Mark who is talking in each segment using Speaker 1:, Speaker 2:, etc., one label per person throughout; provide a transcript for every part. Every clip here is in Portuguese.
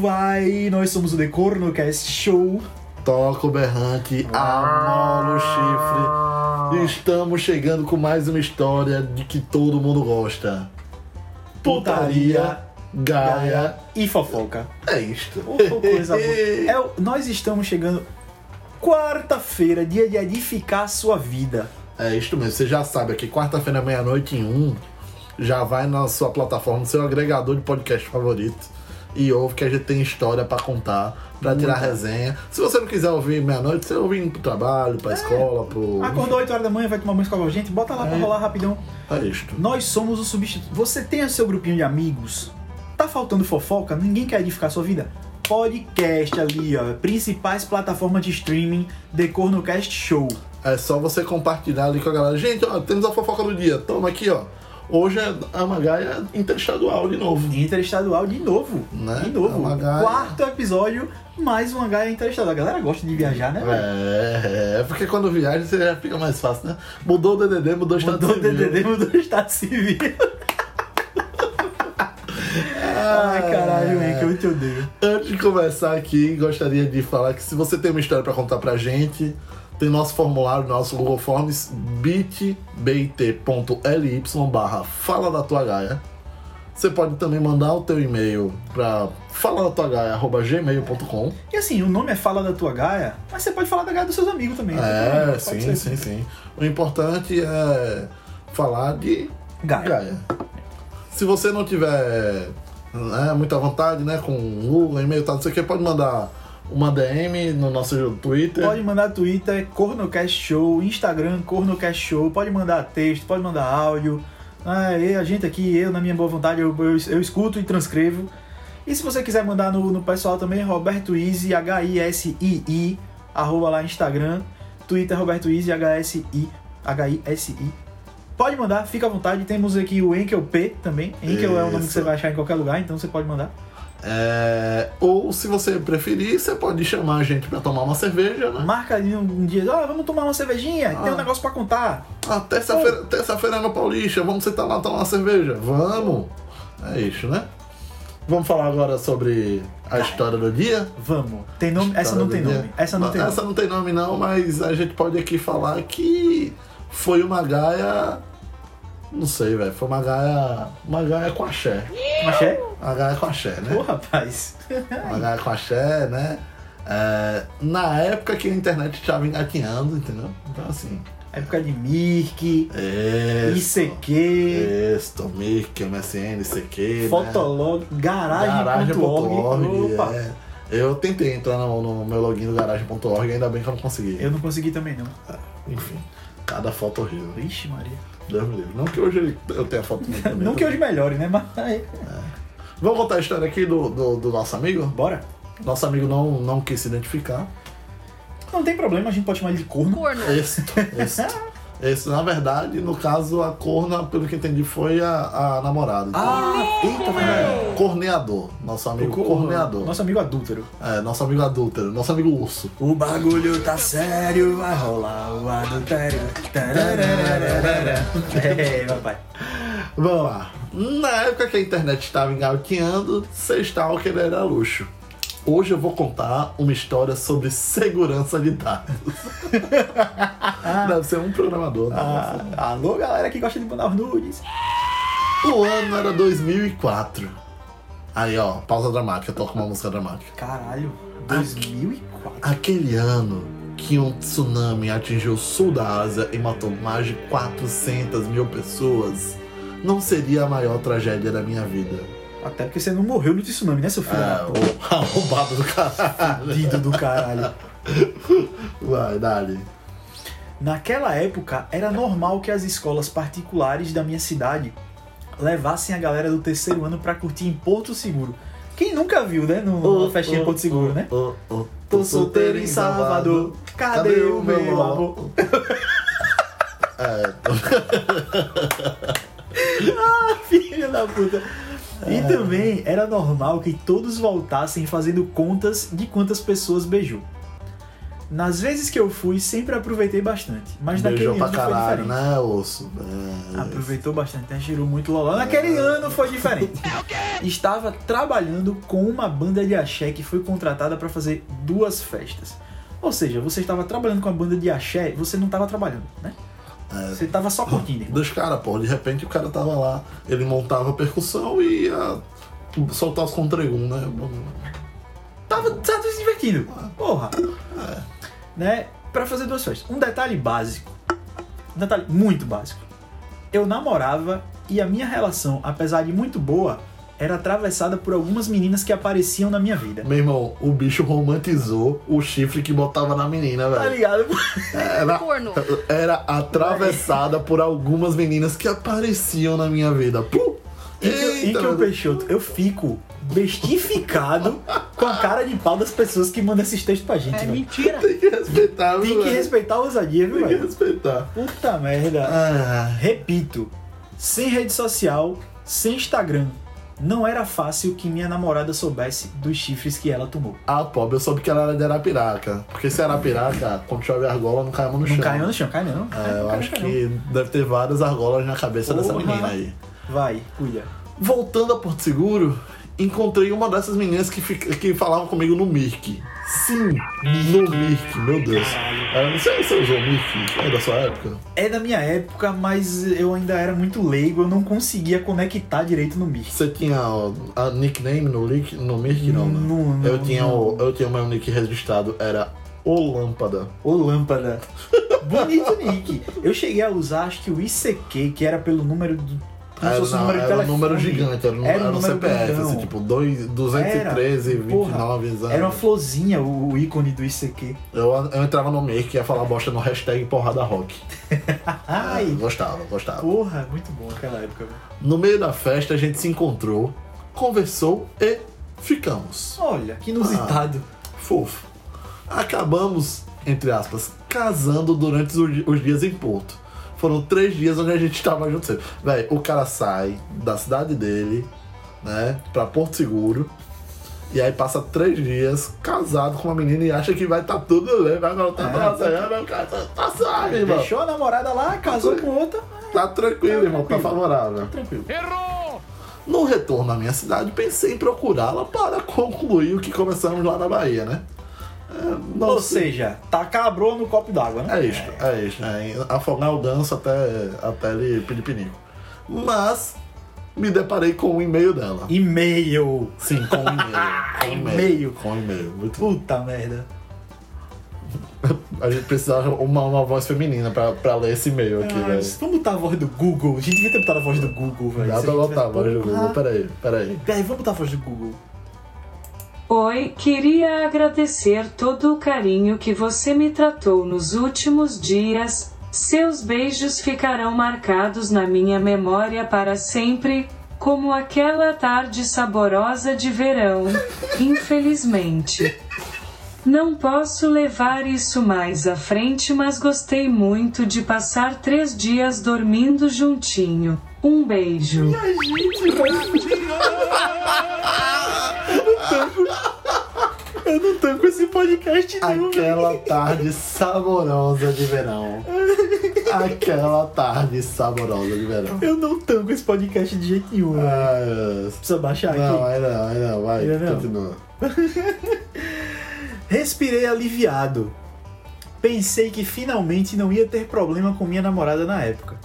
Speaker 1: vai? Nós somos o The Cornocast Show.
Speaker 2: Toca o berrante, amola o chifre. Estamos chegando com mais uma história de que todo mundo gosta. Putaria, gaia.
Speaker 1: e fofoca.
Speaker 2: É isto.
Speaker 1: Ô, ô, coisa boa. É o- nós estamos chegando quarta-feira, dia de edificar a sua vida.
Speaker 2: É isto mesmo. Você já sabe aqui, quarta-feira, meia-noite em um, já vai na sua plataforma, no seu agregador de podcast favorito. E ouve que a gente tem história pra contar, pra tirar resenha. Se você não quiser ouvir meia-noite, você ouve indo pro trabalho, pra escola, pro.
Speaker 1: Acordou 8 horas da manhã, vai tomar uma escova urgente, bota lá pra
Speaker 2: É.
Speaker 1: rolar rapidão.
Speaker 2: É isto.
Speaker 1: Nós somos o substituto. Você tem o seu grupinho de amigos? Tá faltando fofoca? Ninguém quer edificar a sua vida? Podcast ali, ó. Principais plataformas de streaming, The Cornocast Show.
Speaker 2: É só você compartilhar ali com a galera. Gente, ó, temos a fofoca do dia. Toma aqui, ó. Hoje é a Magaia interestadual de novo.
Speaker 1: Interestadual de novo.
Speaker 2: Né?
Speaker 1: De novo.
Speaker 2: É uma gaia.
Speaker 1: Quarto episódio, mais uma Gaia Interestadual. A galera gosta de viajar, né? velho?
Speaker 2: É, é, porque quando viaja você já fica mais fácil, né? Mudou o DDD, mudou o estado
Speaker 1: Mudou o
Speaker 2: civil.
Speaker 1: DDD, mudou o Estado Civil. Ai, caralho, é que eu te odeio.
Speaker 2: Antes de começar aqui, gostaria de falar que se você tem uma história pra contar pra gente, tem nosso formulário, nosso Google Forms, bit.ly barra fala da tua gaia. Você pode também mandar o teu e-mail pra fala da tua gaia, arroba gmail.com.
Speaker 1: E assim, o nome é Fala da Tua Gaia, mas você pode falar da Gaia dos seus amigos também. não tem problema,
Speaker 2: É,
Speaker 1: pode
Speaker 2: sim,
Speaker 1: ser.
Speaker 2: sim, sim. O importante é falar de
Speaker 1: Gaia.
Speaker 2: Gaia. Se você não tiver né, muita vontade, né, com Google, e-mail, tal, não sei o que, pode mandar uma DM no nosso Twitter.
Speaker 1: Pode mandar Twitter, Cornocast Show, Instagram, Cornocast Show, pode mandar texto, pode mandar áudio. Ah, e a gente aqui, eu na minha boa vontade, eu, eu, eu escuto e transcrevo. E se você quiser mandar no, no pessoal também, Roberto Easy, H-I-S-I-I, arroba lá Instagram, Twitter Roberto Easy, H-S-I, H-I-S-I. Pode mandar, fica à vontade. Temos aqui o Enkel P também. Enkel é o nome que
Speaker 2: Isso.
Speaker 1: você vai achar em qualquer lugar, então você pode mandar.
Speaker 2: É, ou se você preferir, você pode chamar a gente pra tomar uma cerveja, né?
Speaker 1: Marca ali um, um dia, ó, vamos tomar uma cervejinha, tem um negócio pra contar.
Speaker 2: Ah, terça-feira terça-feira é no Paulista, vamos sentar lá tomar uma cerveja. Vamos! É isso, né? Vamos falar agora sobre
Speaker 1: Tá.
Speaker 2: a história do dia?
Speaker 1: Vamos. Tem nome? Essa
Speaker 2: História
Speaker 1: não
Speaker 2: do
Speaker 1: tem
Speaker 2: dia.
Speaker 1: nome. Essa não tem nome.
Speaker 2: né? Ah, Essa não tem nome, não, mas a gente pode aqui falar que foi uma gaia. Não sei, velho. Foi uma gaia. Uma gaia com axé.
Speaker 1: Axé?
Speaker 2: Uma gaia com axé,
Speaker 1: Ô,
Speaker 2: né?
Speaker 1: rapaz.
Speaker 2: Uma gaia com axé, né? É, na época que a internet estava engatinhando, entendeu? Então, assim.
Speaker 1: Época de Mirk,
Speaker 2: É Isso.
Speaker 1: ICQ,
Speaker 2: Isso, Mickey, MSN, CQ. Né?
Speaker 1: Fotolog, garagem.org.
Speaker 2: Garagem.org.
Speaker 1: Opa.
Speaker 2: É. Eu tentei entrar no, no meu login do garagem.org, ainda bem que eu não consegui.
Speaker 1: Eu não consegui também, não.
Speaker 2: Enfim, cada foto horrível.
Speaker 1: Vixe, Maria.
Speaker 2: Deus me livre. Não que hoje eu tenha foto muito bonita.
Speaker 1: Não que hoje melhore, né? Mas.
Speaker 2: Vamos contar a história aqui do, do, do nosso amigo.
Speaker 1: Bora.
Speaker 2: Nosso amigo não, não quis se identificar.
Speaker 1: Não tem problema, a gente pode chamar ele de corno.
Speaker 3: Corno.
Speaker 2: Esse, esse, esse, na verdade, no caso, a corna, pelo que entendi, foi a, a namorada.
Speaker 1: Ah, eita, velho.
Speaker 2: É, corneador. Nosso amigo corneador.
Speaker 1: Nosso amigo adúltero.
Speaker 2: É, nosso amigo adúltero. Nosso amigo urso.
Speaker 1: O bagulho tá sério, vai rolar o adultério. É, papai.
Speaker 2: Vamos lá. Na época que a internet estava engalqueando, sextalker era luxo. Hoje eu vou contar uma história sobre segurança de dados. Deve ser um programador, né?
Speaker 1: Ah, alô, galera que gosta de mandar os nudes.
Speaker 2: O ano era 2004. Aí, ó, pausa dramática, toca uma música dramática.
Speaker 1: Caralho, 2004.
Speaker 2: Aquele ano que um tsunami atingiu o sul da Ásia e matou mais de 400 mil pessoas, não seria a maior tragédia da minha vida.
Speaker 1: Até porque você não morreu no tsunami, né, seu filho?
Speaker 2: É, o arrombado do caralho.
Speaker 1: Fudido do caralho.
Speaker 2: Vai, dali.
Speaker 1: Naquela época, era normal que as escolas particulares da minha cidade levassem a galera do terceiro ano pra curtir em Porto Seguro. Quem nunca viu, né, no- numa festinha em Porto Seguro, né?
Speaker 2: Oh, oh,
Speaker 1: Tô solteiro em Salvador, cadê o meu amor?
Speaker 2: É,
Speaker 1: Ah, Filha da puta.
Speaker 2: É.
Speaker 1: E também era normal que todos voltassem fazendo contas de quantas pessoas beijou. Nas vezes que eu fui, sempre aproveitei bastante. Mas naquele
Speaker 2: Beijou
Speaker 1: ano
Speaker 2: pra caralho,
Speaker 1: foi diferente.
Speaker 2: né, osso? É.
Speaker 1: Aproveitou bastante, né? Cheirou muito loló. Naquele ano foi diferente. Estava trabalhando com uma banda de axé que foi contratada para fazer duas festas. Ou seja, você estava trabalhando com a banda de axé, você não estava trabalhando, né? Você estava só curtindo. irmão.
Speaker 2: Dos caras, É. pô. De repente o cara tava lá, ele montava a percussão e ia soltar os contregum, né?
Speaker 1: Tava, tava se divertindo. Porra. Né? Pra fazer duas festas. Um detalhe básico. Um detalhe muito básico. Eu namorava e a minha relação, apesar de muito boa, era atravessada por algumas meninas que apareciam na minha vida.
Speaker 2: Meu irmão, o bicho romantizou o chifre que botava na menina,
Speaker 1: Tá
Speaker 2: velho.
Speaker 1: ligado?
Speaker 2: Era,
Speaker 3: Corno.
Speaker 2: era atravessada por algumas meninas que apareciam na minha vida. Pum!
Speaker 1: E que, e que
Speaker 2: Eita,
Speaker 1: o
Speaker 2: meu Deus.
Speaker 1: Peixoto, eu fico bestificado com a cara de pau das pessoas que mandam esses textos pra gente,
Speaker 3: É
Speaker 1: velho.
Speaker 3: mentira.
Speaker 2: Tem que respeitar, viu,
Speaker 1: Tem que
Speaker 2: velho?
Speaker 1: respeitar a ousadia, viu,
Speaker 2: Tem que
Speaker 1: velho?
Speaker 2: respeitar.
Speaker 1: Puta merda.
Speaker 2: Ah,
Speaker 1: Repito, sem rede social, sem Instagram, não era fácil que minha namorada soubesse dos chifres que ela tomou.
Speaker 2: ah, pobre, eu soube que ela era de Arapiraca. Porque se é Arapiraca, quando chove argola, não cai a mão no chão.
Speaker 1: Não caiu no chão, cai não.
Speaker 2: É, eu
Speaker 1: Cai no
Speaker 2: acho
Speaker 1: chão,
Speaker 2: que deve ter várias argolas na cabeça dessa
Speaker 1: Porra.
Speaker 2: menina aí.
Speaker 1: não. Vai, cuida.
Speaker 2: Voltando a Porto Seguro, encontrei uma dessas meninas que, fica- que falavam comigo no Mirk. Sim, no Mirk, meu Deus. Ah, não sei se você usou o Mirk, é da sua época.
Speaker 1: É da minha época, mas eu ainda era muito leigo, eu não conseguia conectar direito no Mirk.
Speaker 2: Você tinha o- a nickname no, Link, no Mirk, não, né?
Speaker 1: Não, não,
Speaker 2: eu, tinha
Speaker 1: não.
Speaker 2: o, eu tinha o meu nick registrado, era O Lâmpada.
Speaker 1: Ô lâmpada. Bonito nick. Eu cheguei a usar, acho que o ICQ, que era pelo número do. como
Speaker 2: Ah,
Speaker 1: se fosse
Speaker 2: não,
Speaker 1: de
Speaker 2: era um
Speaker 1: telefone.
Speaker 2: número gigante, era, um-
Speaker 1: Era um
Speaker 2: era um
Speaker 1: número
Speaker 2: CPF,
Speaker 1: grandão.
Speaker 2: assim, tipo dois- 213,
Speaker 1: Era,
Speaker 2: 29, exato.
Speaker 1: Era uma florzinha o, o ícone do ICQ.
Speaker 2: Eu, eu entrava no Mirk e ia falar bosta no hashtag porrada rock. Ah,
Speaker 1: Ai,
Speaker 2: Gostava, gostava.
Speaker 1: porra, muito bom aquela época. velho.
Speaker 2: No meio da festa a gente se encontrou, conversou e ficamos.
Speaker 1: Olha, que inusitado.
Speaker 2: Ah. Fofo. Acabamos, entre aspas, casando durante os di- os dias em Porto. Foram três dias onde a gente tava junto sempre. Véi, o cara sai da cidade dele, né, pra Porto Seguro. E aí passa três dias casado com uma menina e acha que vai tá tudo bem, vai voltar
Speaker 1: É.
Speaker 2: pra Maceió, vai ficar- tá, tá suave, irmão.
Speaker 1: Deixou a namorada lá, casou com outra.
Speaker 2: Tá tranquilo, irmão, tá
Speaker 1: Tranquilo.
Speaker 2: favorável.
Speaker 1: Tranquilo.
Speaker 2: No retorno à minha cidade, pensei em procurá-la para concluir o que começamos lá na Bahia, né? É, não
Speaker 1: Ou
Speaker 2: sei.
Speaker 1: seja, tacar a broa no copo d'água, né?
Speaker 2: É isso, é isso. É, afogar o danço até, até ele pedir pinico. Mas me deparei com o e-mail dela.
Speaker 1: E-mail.
Speaker 2: Sim, com o e-mail. Com
Speaker 1: Ah,
Speaker 2: o
Speaker 1: E-mail.
Speaker 2: e-mail. Com o e-mail. Muito...
Speaker 1: Puta merda.
Speaker 2: A gente precisava uma, uma voz feminina pra, pra ler esse e-mail aqui,
Speaker 1: Ah,
Speaker 2: velho.
Speaker 1: vamos botar a voz do Google. A gente devia ter botado a voz do Google, velho.
Speaker 2: Dá
Speaker 1: Se
Speaker 2: pra
Speaker 1: a gente
Speaker 2: botar,
Speaker 1: tivesse-
Speaker 2: mas Google, peraí, peraí.
Speaker 1: Peraí, vamos botar a voz do Google.
Speaker 4: Oi, queria agradecer todo o carinho que você me tratou nos últimos dias. Seus beijos ficarão marcados na minha memória para sempre, como aquela tarde saborosa de verão. Infelizmente. Não posso levar isso mais à frente, mas gostei muito de passar três dias dormindo juntinho. Um beijo.
Speaker 1: Eu não tanco esse podcast,
Speaker 2: Aquela tarde saborosa de verão. Aquela tarde saborosa de verão.
Speaker 1: Eu não tanco esse podcast de jeito nenhum, velho.
Speaker 2: Ah,
Speaker 1: Precisa baixar
Speaker 2: não,
Speaker 1: aqui.
Speaker 2: aí não, aí não, vai,
Speaker 1: Ainda não.
Speaker 2: continua.
Speaker 1: Respirei aliviado. Pensei que finalmente não ia ter problema com minha namorada na época.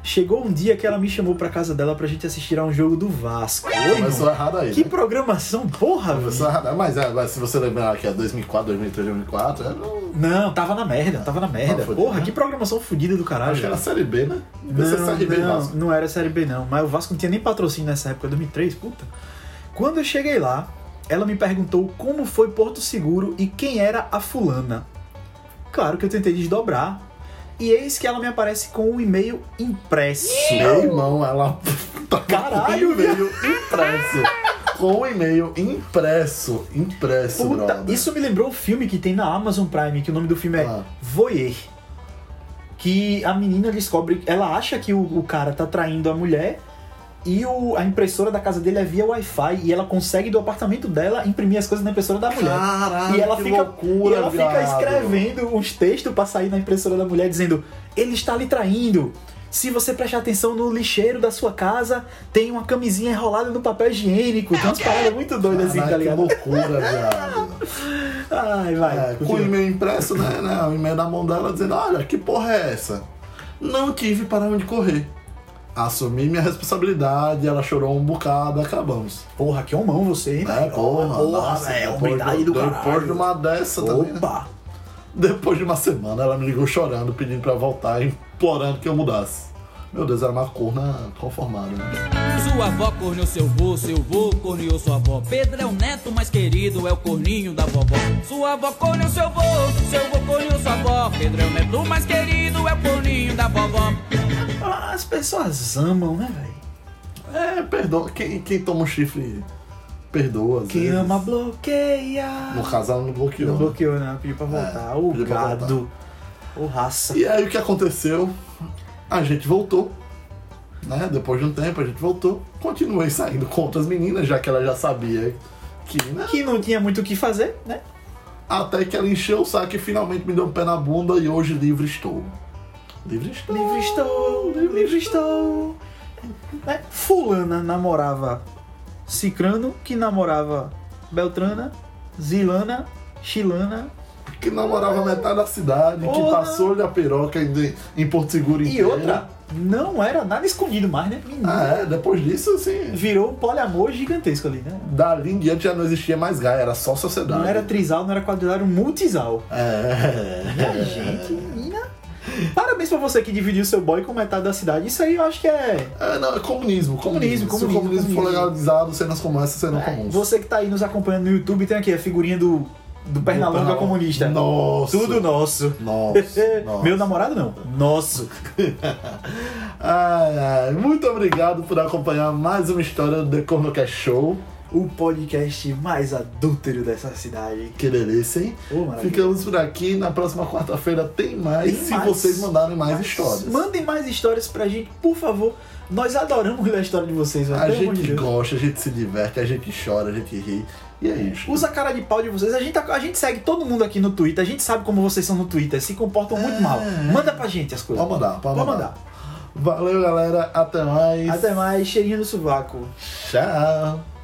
Speaker 1: Chegou um dia que ela me chamou pra casa dela pra gente assistir a um jogo do Vasco. Oi,
Speaker 2: Começou
Speaker 1: irmão.
Speaker 2: errado aí.
Speaker 1: Que
Speaker 2: né?
Speaker 1: programação, porra,
Speaker 2: Começou
Speaker 1: velho.
Speaker 2: errado. Mas, é, mas se você lembrar que é 2004, 2003, 2004, era um...
Speaker 1: Não, tava na merda, tava na merda.
Speaker 2: fudido,
Speaker 1: porra,
Speaker 2: né?
Speaker 1: que programação fodida do caralho.
Speaker 2: Acho que era
Speaker 1: velho.
Speaker 2: Série B, né? Deve ser Série B
Speaker 1: não,
Speaker 2: Vasco.
Speaker 1: não era Série B, não. Mas o Vasco não tinha nem patrocínio nessa época, 2003, puta. Quando eu cheguei lá, ela me perguntou como foi Porto Seguro e quem era a fulana. Claro que eu tentei desdobrar. E eis que ela me aparece com um e-mail impresso.
Speaker 2: Meu irmão, ela tá
Speaker 1: Caralho,
Speaker 2: com o e-mail impresso. Com o e-mail impresso, impresso,
Speaker 1: Puta,
Speaker 2: brother.
Speaker 1: isso me lembrou o filme que tem na Amazon Prime, que o nome do filme é
Speaker 2: Ah.
Speaker 1: Voyeur. Que a menina descobre, ela acha que o, o cara tá traindo a mulher, E o- a impressora da casa dele é via Wi-Fi e ela consegue do apartamento dela imprimir as coisas na impressora da mulher.
Speaker 2: Caralho,
Speaker 1: e ela
Speaker 2: que
Speaker 1: fica,
Speaker 2: loucura,
Speaker 1: e ela fica
Speaker 2: viado.
Speaker 1: escrevendo uns textos pra sair na impressora da mulher dizendo: ele está lhe traindo. Se você prestar atenção no lixeiro da sua casa, tem uma camisinha enrolada no papel higiênico. Tem umas paradas muito doidas assim, tá
Speaker 2: Caralho, que
Speaker 1: ligado?
Speaker 2: loucura, viado.
Speaker 1: Ai, vai.
Speaker 2: É, com o
Speaker 1: continua.
Speaker 2: e-mail impresso, né? né o e-mail na mão dela dizendo, olha, que porra é essa? Não tive para onde correr. Assumi minha responsabilidade, ela chorou um bocado, acabamos.
Speaker 1: Porra, que homão você, hein?
Speaker 2: É,
Speaker 1: velho?
Speaker 2: porra,
Speaker 1: porra,
Speaker 2: nossa,
Speaker 1: velho.
Speaker 2: depois,
Speaker 1: Humildade
Speaker 2: de-
Speaker 1: do
Speaker 2: depois
Speaker 1: caralho.
Speaker 2: de uma dessa também, né?
Speaker 1: Opa!
Speaker 2: Depois de uma semana, ela me ligou chorando, pedindo pra voltar, implorando que eu mudasse. Meu Deus, era uma corna conformada, né?
Speaker 3: Sua avó corneou seu vô, seu vô corneou sua avó. Pedro é o neto mais querido, é o corninho da vovó. Sua avó corneou seu vô, seu vô corneou sua avó. Pedro é o neto mais querido, é o corninho da vovó.
Speaker 1: Ah, As pessoas amam, né, velho?
Speaker 2: É, perdoa. Quem, quem toma um chifre, perdoa. às
Speaker 1: Quem
Speaker 2: vezes.
Speaker 1: ama bloqueia.
Speaker 2: No caso, ela não bloqueou.
Speaker 1: Não
Speaker 2: né?
Speaker 1: bloqueou, não. Pediu pra voltar. o
Speaker 2: pediu pra
Speaker 1: gado. O raça.
Speaker 2: E aí o que aconteceu? A gente voltou. Né? Depois de um tempo, a gente voltou. Continuei saindo com outras meninas, já que ela já sabia que. né?
Speaker 1: Que não tinha muito o que fazer, né?
Speaker 2: Até que ela encheu o saco e finalmente me deu um pé na bunda e hoje livre estou. Livre estou.
Speaker 1: Livre estou, livre estou. Né? Fulana namorava Cicrano, que namorava Beltrana, Zilana, Chilana.
Speaker 2: Que namorava metade da cidade, que
Speaker 1: Porra.
Speaker 2: passou-lhe a piroca em, em Porto Seguro
Speaker 1: E
Speaker 2: inteiro.
Speaker 1: outra, não era nada escondido mais, né?
Speaker 2: Ah,
Speaker 1: Menina.
Speaker 2: é, depois disso, assim.
Speaker 1: Virou um poliamor gigantesco ali, né?
Speaker 2: Dali em diante já não existia mais Gaia, era só sociedade.
Speaker 1: Não era trisal, não era quadrilhar, era um multisal.
Speaker 2: É.
Speaker 1: Gente, menina. Parabéns pra você que dividiu seu boy com metade da cidade. Isso aí eu acho que é.
Speaker 2: É, não, é comunismo, comunismo.
Speaker 1: Comunismo,
Speaker 2: Se
Speaker 1: comunismo,
Speaker 2: o comunismo for
Speaker 1: comunismo.
Speaker 2: legalizado, cenas como essa serão comuns.
Speaker 1: Você que tá aí nos acompanhando no YouTube, tem aqui a figurinha do, do Pernalonga
Speaker 2: Pernalonga.
Speaker 1: é comunista.
Speaker 2: Então, Nossa.
Speaker 1: Tudo nosso.
Speaker 2: Nossa, nossa.
Speaker 1: Meu namorado não. Nosso.
Speaker 2: Ai, ai, muito obrigado por acompanhar mais uma história do The Cornocast Show.
Speaker 1: O podcast mais adúltero dessa cidade.
Speaker 2: Que delícia, hein?
Speaker 1: Ô, maravilha.
Speaker 2: Ficamos por aqui. Na próxima quarta-feira tem mais,
Speaker 1: Tem
Speaker 2: se
Speaker 1: mais.
Speaker 2: vocês mandarem mais
Speaker 1: Mas
Speaker 2: histórias.
Speaker 1: Mandem mais histórias pra gente, por favor. Nós adoramos ler a história de vocês, velho.
Speaker 2: A
Speaker 1: Pelo amor de
Speaker 2: gente
Speaker 1: Deus.
Speaker 2: gosta, a gente se diverte, a gente chora, a gente ri. E é isso.
Speaker 1: Usa a cara de pau de vocês. A gente, tá- a gente segue todo mundo aqui no Twitter. A gente sabe como vocês são no Twitter. Se comportam muito mal. Manda pra gente as coisas.
Speaker 2: É. Pode mandar, pode
Speaker 1: Pode
Speaker 2: mandar. Valeu, galera. Até mais.
Speaker 1: Até mais. Cheirinho no sovaco.
Speaker 2: Tchau.